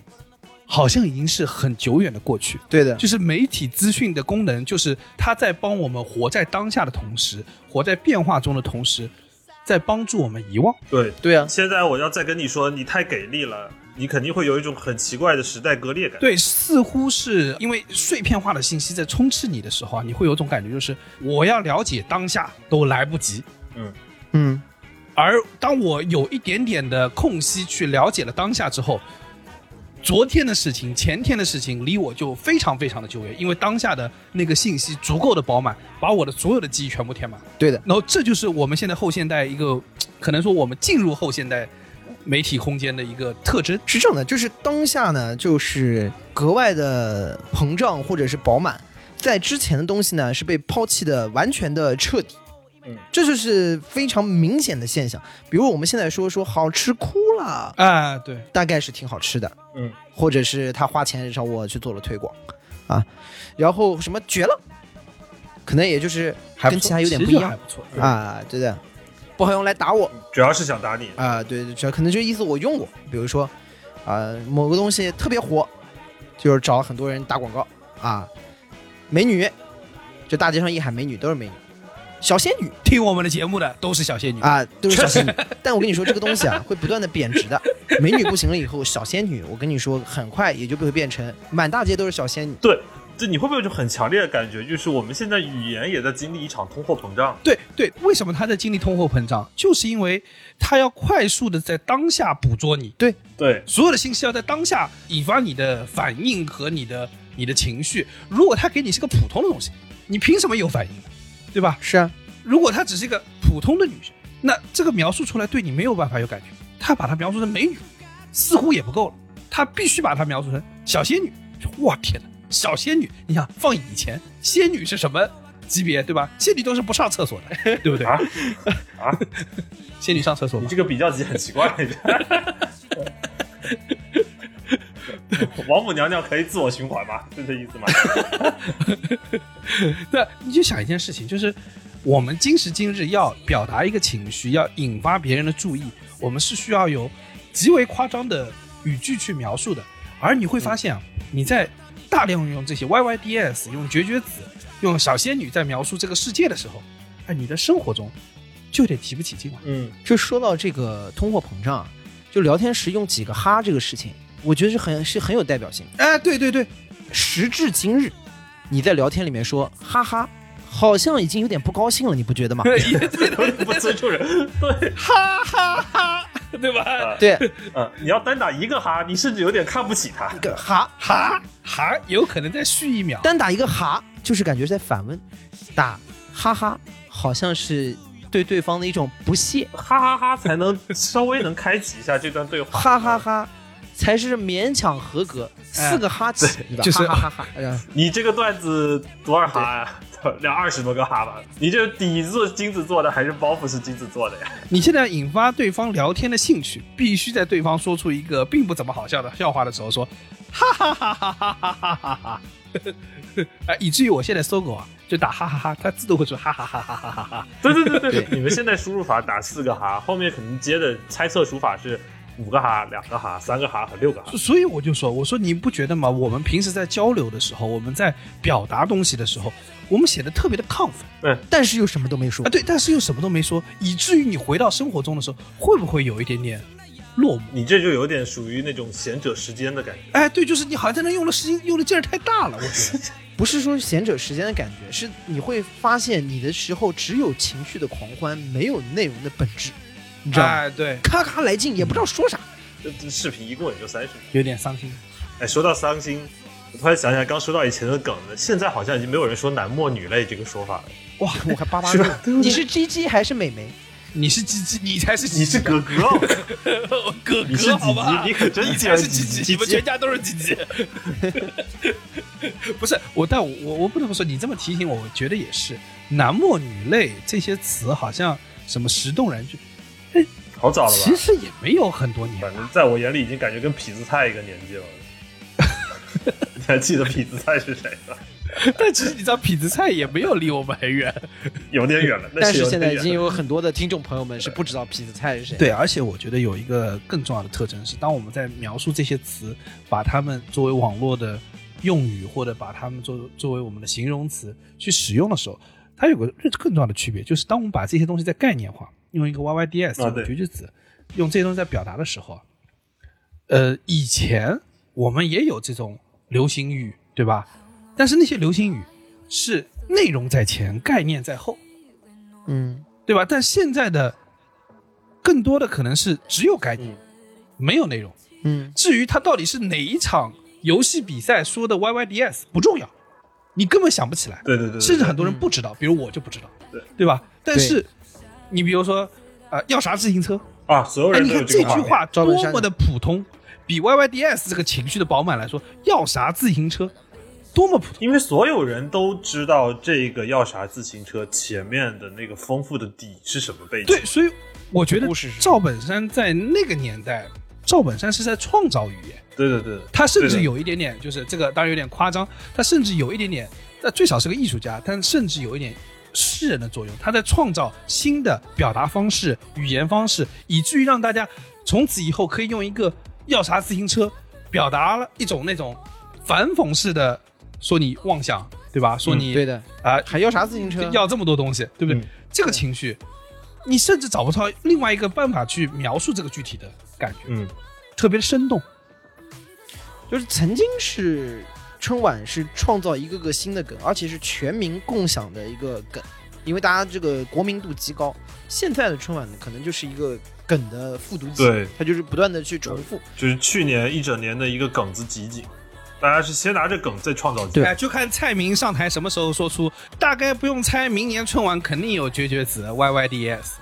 好像已经是很久远的过去。
对的，
就是媒体资讯的功能，就是它在帮我们活在当下的同时，活在变化中的同时，在帮助我们遗忘。
对，
对啊，
现在我要再跟你说，你太给力了，你肯定会有一种很奇怪的时代割裂感。
对，似乎是因为碎片化的信息在充斥你的时候啊，你会有种感觉，就是我要了解当下都来不及。
嗯，
而当我有一点点的空隙去了解了当下之后，昨天的事情、前天的事情离我就非常非常的久远，因为当下的那个信息足够的饱满，把我的所有的记忆全部填满。
对的，
然后这就是我们现在后现代一个，可能说我们进入后现代媒体空间的一个特征。
是这样的，就是当下呢，就是格外的膨胀或者是饱满，在之前的东西呢是被抛弃的完全的彻底。
嗯，
这就是非常明显的现象。比如我们现在说说好吃哭了，
啊，对，
大概是挺好吃的，
嗯，
或者是他花钱让我去做了推广，啊，然后什么绝了，可能也就是
还
跟其他有点不一样
不错。
啊，对的，不好用来打我
主要是想打你。
啊，对对，这可能就意思我用过，比如说啊某个东西特别火，就是找很多人打广告啊，美女，就大街上一喊美女都是美女，小仙女
听我们的节目的都是小仙女，
啊都是小仙女，但我跟你说这个东西啊会不断的贬值的，美女不行了以后，小仙女我跟你说很快也就会变成满大街都是小仙女。
对，就你会不会有一种很强烈的感觉，就是我们现在语言也在经历一场通货膨胀？
对对，为什么他在经历通货膨胀？就是因为他要快速的在当下捕捉你，
对，
所有的信息要在当下引发你的反应和你的你的情绪。如果他给你是个普通的东西，你凭什么有反应呢？对吧？
是啊，
如果她只是一个普通的女生，那这个描述出来对你没有办法有感觉。她把她描述成美女，似乎也不够了，她必须把她描述成小仙女。哇天哪，小仙女！你想放以前，仙女是什么级别，对吧？仙女都是不上厕所的，对不对？
啊啊，
仙女上厕所
你
吗
这？个比较级很奇怪。王母娘娘可以自我循环吗？是这意思吗？
对，你就想一件事情，就是我们今时今日要表达一个情绪，要引发别人的注意，我们是需要有极为夸张的语句去描述的。而你会发现啊，你在大量用这些 YYDS、用绝绝子、用小仙女在描述这个世界的时候，哎，你的生活中就有点提不起劲了。
嗯，
就说到这个通货膨胀啊，就聊天时用几个哈这个事情，我觉得是很是很有代表性的。
哎，对对对，
时至今日，你在聊天里面说哈哈，好像已经有点不高兴了，你不觉得吗？
有 点不尊重人。对，
哈哈哈，对吧？
啊，
对，
嗯，你要单打一个哈，你甚至有点看不起他。
一个哈，
哈哈，有可能再续一秒。
单打一个哈，就是感觉在反问，打哈哈，好像是对对方的一种不屑，
哈哈哈，才能稍微能开启一下这段对话。
哈哈哈。才是勉强合格，四个哈起，对吧？
哎就是
哈哈哈哈，哎呀
你这个段子多少哈呀、那二十多个哈巴，你这底座金子做的还是包袱是金子做的呀？
你现在引发对方聊天的兴趣，必须在对方说出一个并不怎么好笑的笑话的时候说，哈哈哈哈哈哈哈哈哈， 哎，以至于我现在搜狗啊，就打哈哈哈，它自动会说哈哈哈哈哈哈哈。
对对对对，你们现在输入法打四个哈，后面可能接的猜测输法是五个哈、两个哈、三个哈和六个哈。
所以我就说，我说你不觉得吗？我们平时在交流的时候，我们在表达东西的时候，我们显得特别的亢奋
但是又什么都没说
啊，。对，但是又什么都没说，以至于你回到生活中的时候，会不会有一点点落寞？
你这就有点属于那种贤者时间的感觉。
哎，对，就是你好像在那用的时间用的劲儿太大了，我觉得。
不是说闲者时间的感觉，是你会发现你的时候只有情绪的狂欢，没有内容的本质，你知道吗？
哎，对，
咔咔来劲，也不知道说啥。
这这视频一共也就三十秒。
有点伤心。
哎，说到伤心，我突然想起来刚说到以前的梗了，现在好像已经没有人说男莫女泪这个说法了。
哇，我还巴巴
是
乐
吧。
你是 G G 还是美眉？
你是鸡鸡，你才是鸡鸡，
你是哥哥哦，
我哥
你是
哥，好吧？
鸡鸡你可真
你
竟然
才是鸡
鸡
鸡，
鸡
你们全家都是鸡鸡。 不是我，但我我我不得不说，你这么提醒我，我觉得也是。男莫女泪这些词，好像什么石动然句，
好早了吧？
其实也没有很多年。
反正在我眼里已经感觉跟痞子蔡一个年纪了。你还记得痞子蔡是谁吗？
但其实你知道，痞子蔡也没有离我们很远。
有点远了，那
但
是
是
有
现
点
在已
远
经
了。
有很多的听众朋友们是不知道痞子蔡是谁。，
对，而且我觉得有一个更重要的特征是，当我们在描述这些词，把它们作为网络的用语，或者把它们作作为我们的形容词去使用的时候，它有个更重要的区别，就是当我们把这些东西在概念化，用一个 YYDS
啊
用
对
绝句子，用这些东西在表达的时候，呃，以前我们也有这种流行语，对吧？但是那些流行语是内容在前，概念在后。
嗯，
对吧？但现在的更多的可能是只有概念，没有内容。
嗯，
至于它到底是哪一场游戏比赛说的 YYDS 不重要，你根本想不起来，
对对对，
甚至很多人不知道，比如我就不知道，
对
对吧？但是你比如说，呃，要啥自行车？
啊，所有
哎，
人
你
都有
看这
个
句
面。
话
赵
多
本山
么的普通，比 YYDS 这个情绪的饱满来说，要啥自行车多么普通。
因为所有人都知道这个要啥自行车前面的那个丰富的底是什么背景
对，，所以我觉得
故事是
赵本山在那个年代，赵本山是在创造语言。
对对对，对
他甚
对
至
的
有一点点，就是这个当然有点夸张，他甚至有一点点，他最少是个艺术家，但甚至有一点诗人的作用。他在创造新的表达方式、语言方式，以至于让大家从此以后可以用一个要啥自行车，表达了一种那种反讽式的说你妄想，对吧？说你、
嗯对的，
啊、
还要啥自行车？
要这么多东西，对不对？
嗯
这个情绪，你甚至找不到另外一个办法去描述这个具体的感觉，
嗯，
特别生动。
就是曾经是春晚是创造一个个新的梗，而且是全民共享的一个梗，因为大家这个国民度极高。现在的春晚呢，可能就是一个梗的复读机，
对，
它就是不断的去重复。
就是去年一整年的一个梗子集锦，大家是先拿着梗再创造集锦。
哎，就看蔡明上台什么时候说出，大概不用猜，明年春晚肯定有绝绝子 YYDS，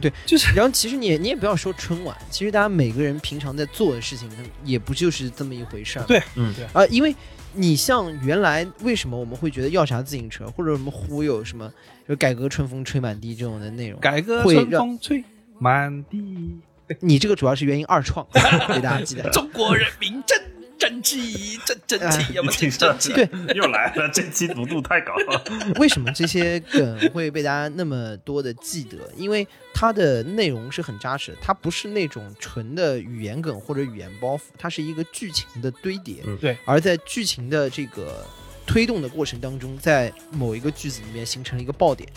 对，
就是
然后其实你也你也不要说春晚，其实大家每个人平常在做的事情，也不就是这么一回事儿嘛。
对
嗯
对
啊，因为你像原来为什么我们会觉得要啥自行车，或者什么忽悠什么，就改革春风吹满地这种的内容，
改革
会
春
让
风吹满地，
你这个主要是源于二创，给大家记 得。
中国人民真争气，真争气，要么真争气。
对，
又来了，这期毒度太高 了。
为什么这些梗会被大家那么多的记得？因为它的内容是很扎实的，它不是那种纯的语言梗或者语言包袱，它是一个剧情的堆叠。
嗯
对，
而在剧情的这个推动的过程当中，在某一个句子里面形成了一个爆点，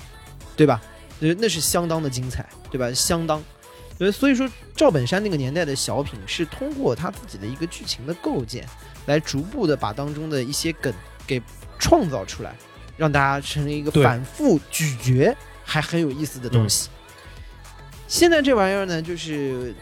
对吧？呃，那是相当的精彩，对吧？相当。呃，所以说赵本山那个年代的小品是通过他自己的一个剧情的构建，来逐步的把当中的一些梗给创造出来，让大家成为一个
对
反复咀嚼还很有意思的东西。现在这玩意儿呢，就是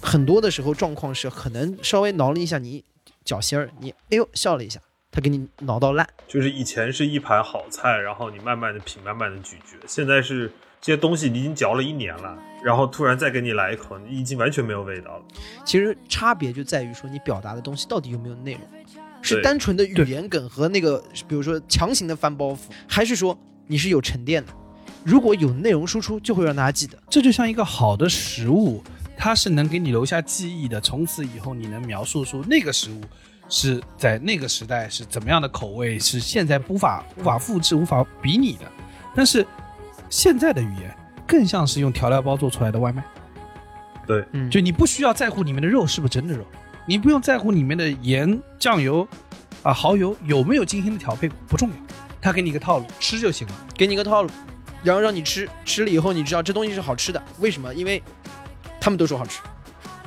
很多的时候状况是可能稍微挠了一下你脚心儿，你哎呦笑了一下，他给你挠到烂。
就是以前是一盘好菜，然后你慢慢的品，慢慢的咀嚼。现在是这些东西你已经嚼了一年了，然后突然再给你来一口，你已经完全没有味道了。
其实差别就在于说你表达的东西到底有没有内容。是
对
单纯的语言梗和那个，比如说强行的翻包袱，还是说你是有沉淀的？如果有内容输出，就会让大家记得。
这就像一个好的食物，它是能给你留下记忆的。从此以后，你能描述出那个食物是在那个时代是怎么样的口味，是现在无法无法复制、无法比拟的。但是现在的语言更像是用调料包做出来的外卖，
对，
嗯
就你不需要在乎里面的肉是不是真的肉，你不用在乎里面的盐、酱油啊、蚝油有没有精心的调配，不重要，它给你一个套路，吃就行了。
给你一个套路，然后让你吃，吃了以后你知道这东西是好吃的，为什么？因为他们都说好吃。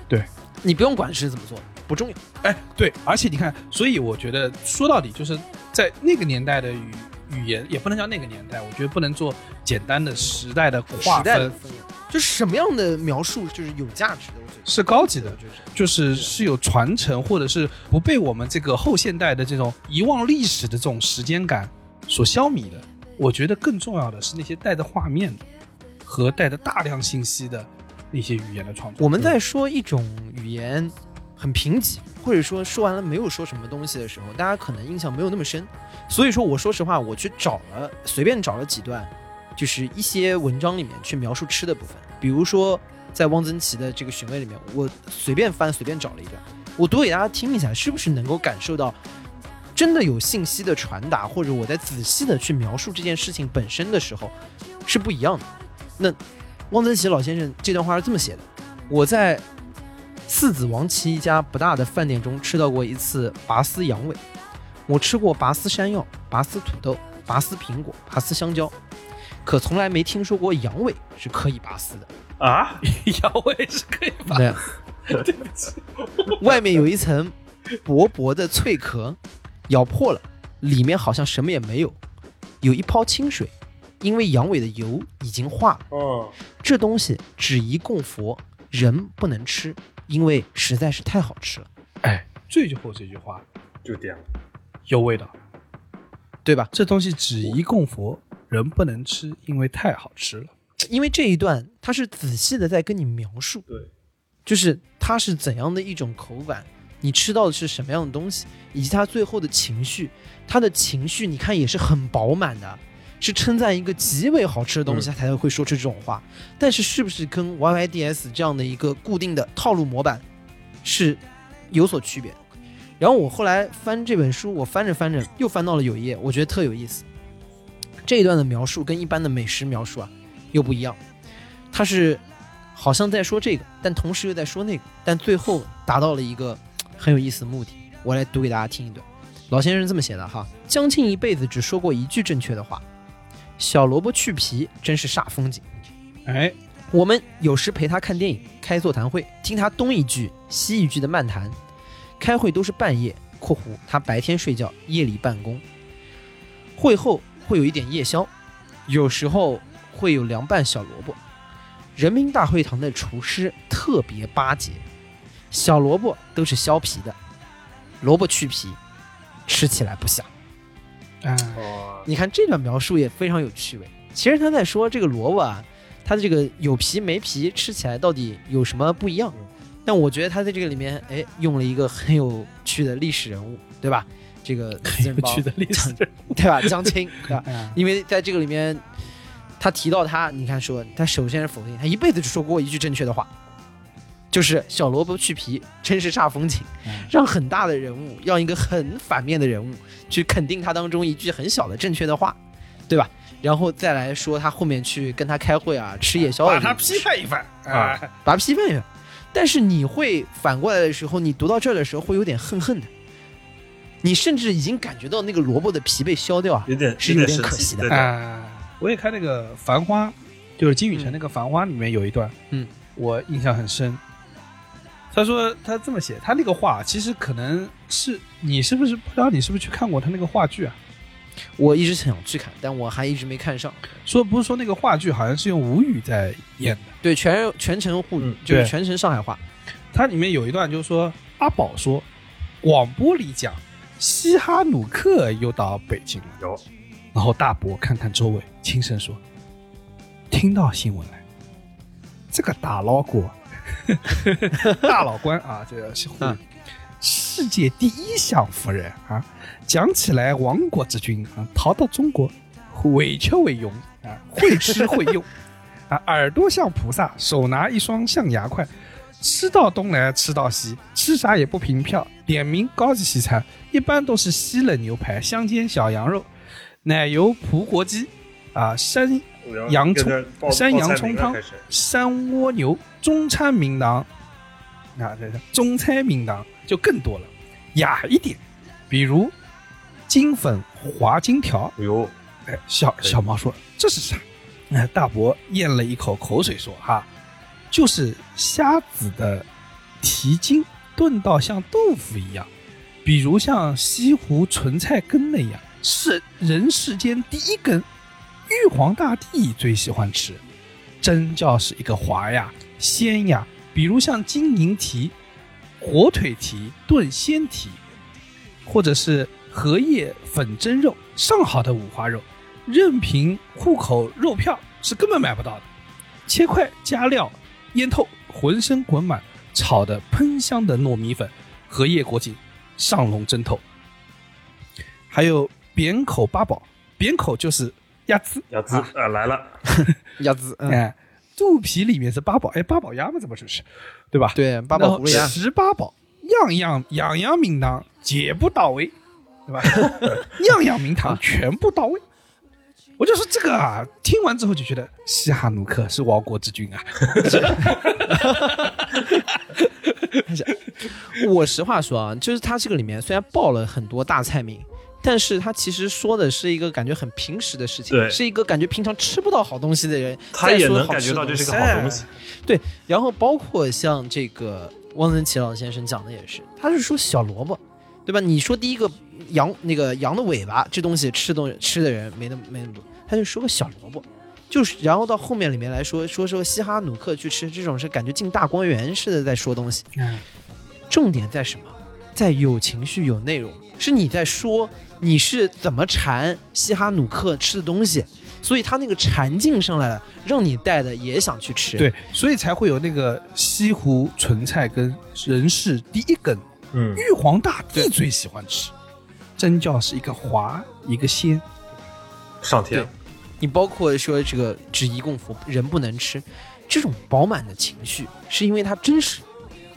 对，
你不用管是怎么做的，不重要。
哎，对，而且你看，所以我觉得说到底就是在那个年代的语语言，也不能叫那个年代，我觉得不能做简单的时代的划
时代的
分，
氛围，就是什么样的描述就是有价值的，我觉得
是高级的
我觉得是
就是是有传承，或者是不被我们这个后现代的这种遗忘历史的这种时间感所消弭的。我觉得更重要的是那些带着画面的和带着大量信息的那些语言的创作。
我们在说一种语言很贫瘠，或者说说完了没有说什么东西的时候，大家可能印象没有那么深。所以说，我说实话，我去找了随便找了几段，就是一些文章里面去描述吃的部分，比如说在汪曾祺的这个《寻味》里面，我随便翻随便找了一段，我读给大家听一下，是不是能够感受到真的有信息的传达，或者我在仔细的去描述这件事情本身的时候是不一样的。那汪曾祺老先生这段话是这么写的：我在四子王旗一家不大的饭店中吃到过一次拔丝羊尾，我吃过拔丝山药、拔丝土豆、拔丝苹果、拔丝香蕉，可从来没听说过羊尾是可以拔丝的。
啊，
摇尾是可以把
对，外面有一层薄薄的脆壳，咬破了，里面好像什么也没有，有一泡清水，因为羊尾的油已经化了。
嗯，
这东西只宜供佛，人不能吃，因为实在是太好吃了，
哎，最后这句话
就点了，
有味道。
对吧？
这东西只宜供佛，人不能吃，因为太好吃了。
因为这一段他是仔细的在跟你描述，
对，
就是它是怎样的一种口感，你吃到的是什么样的东西，以及他最后的情绪，他的情绪你看也是很饱满的，是称赞一个极为好吃的东西，他才会说出这种话。但是是不是跟 YYDS 这样的一个固定的套路模板是有所区别的？然后我后来翻这本书，我翻着翻着又翻到了有一页，我觉得特有意思。这一段的描述跟一般的美食描述啊又不一样，它是好像在说这个，但同时又在说那个，但最后达到了一个很有意思的目的。我来读给大家听一段，老先生这么写的哈：将近一辈子只说过一句正确的话，小萝卜去皮真是煞风景。
哎，
我们有时陪他看电影、开座谈会，听他东一句西一句的漫谈。开会都是半夜（括弧他白天睡觉，夜里办公）。会后会有一点夜宵，有时候会有凉拌小萝卜。人民大会堂的厨师特别巴结，小萝卜都是削皮的，萝卜去皮，吃起来不香。
哎，
哦，
你看这段描述也非常有趣味。其实他在说这个萝卜啊，它的这个有皮没皮，吃起来到底有什么不一样？但我觉得他在这个里面，哎，用了一个很有趣的历史人物，对吧？这个很
有趣的历史，
对吧？江青，对吧？
哎
因为在这个里面，他提到他，你看说他首先是否定，他一辈子只说过一句正确的话，就是小萝卜去皮，真是煞风景
嗯，
让很大的人物，让一个很反面的人物去肯定他当中一句很小的正确的话，对吧？然后再来说他后面去跟他开会啊，吃夜宵，
把它批，判一番啊！
把他批判一下。但是你会反过来的时候，你读到这儿的时候会有点恨恨的，你甚至已经感觉到那个萝卜的皮被削掉啊，
有点
是有
有
点
神
可
奇
惜的
对
啊，我也看那个《繁花》，就是金宇澄那个《繁花》里面有一段，
嗯，
我印象很深。他说他这么写，他那个话其实可能是你是不是不知道你是不是去看过他那个话剧啊？
我一直想去看，但我还一直没看上。
说不是说那个话剧好像是用吴语在演的，
对，全全程沪语、
嗯
就是
对
全程上海话。
它里面有一段就是说阿宝说，广播里讲西哈努克又到北京了，
有
然后大伯看看周围，轻声说：“听到新闻了，这个打捞国大老官啊，这个是沪语，世界第一享福人啊。讲起来，亡国之君啊，逃到中国，委曲为用啊，会吃会用啊，耳朵像菩萨，手拿一双象牙筷，吃到东来吃到西，吃啥也不凭票。点名高级西餐，一般都是西冷牛排、香煎小羊肉、奶油葡国鸡啊，山洋葱山洋葱汤、山蜗牛、中餐名堂，啊，这是中餐名堂就更多了，雅一点，比如金粉滑金条。
哎呦，
哎，小
可以
小毛说这是啥？哎，大伯咽了一口口水说哈，就是虾子的蹄筋炖到像豆腐一样，比如像西湖纯菜根那样，是人世间第一根。玉皇大帝最喜欢吃，真叫是一个滑呀，鲜呀。比如像金银蹄、火腿蹄炖鲜蹄，或者是荷叶粉蒸肉，上好的五花肉，任凭户口肉票是根本买不到的。切块加料腌透，浑身滚满，炒的喷香的糯米粉，荷叶果锦上笼蒸透。还有扁口八宝，扁口就是鸭子，
鸭子啊来了，
鸭子，嗯，
哎，肚皮里面是八宝，哎，八宝鸭嘛，这不就是，对吧？
对，八宝葫
然
芦
后
鸭，
十八宝，样样样样名堂，解不到位，对吧？ 样样名堂全部到位。我就说这个啊，听完之后就觉得西哈努克是亡国之君啊，
我实话说啊，就是它这个里面虽然报了很多大菜名，但是它其实说的是一个感觉很平时的事情，
对
是一个感觉平常吃不到好东西的人，
他也
再说
能
好
感
吃
觉
的
到这
东西
是个好东西。
对，然后包括像这个汪曾祺老先生讲的也是，他是说小萝卜，对吧？你说第一个羊那个羊的尾巴这东西吃东吃的人没那么没那么多，他就说个小萝卜。就是，然后到后面里面来说，说说西哈努克去吃这种是感觉进大观园似的在说东西。重点在什么？在有情绪、有内容，是你在说你是怎么馋西哈努克吃的东西，所以他那个馋劲上来了，让你带的也想去吃。
对，所以才会有那个西湖纯菜根，人世第一根，
嗯，
玉皇大帝最喜欢吃，真叫是一个滑一个鲜，
上天
你包括说这个只宜供佛，人不能吃，这种饱满的情绪，是因为它真实，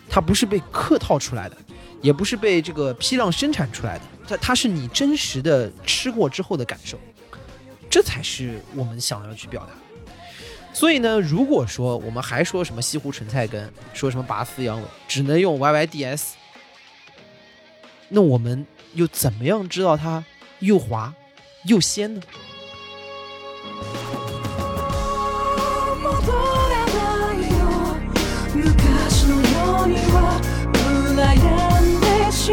它不是被客套出来的，也不是被这个批量生产出来的，它它是你真实的吃过之后的感受，这才是我们想要去表达的。所以呢，如果说我们还说什么西湖纯菜根，说什么拔丝羊尾，只能用 YYDS，那我们又怎么样知道它又滑又鲜呢？
戻らないよ昔のようには羨んでし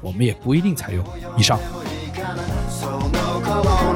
我们也不一定采用。以上。
その頃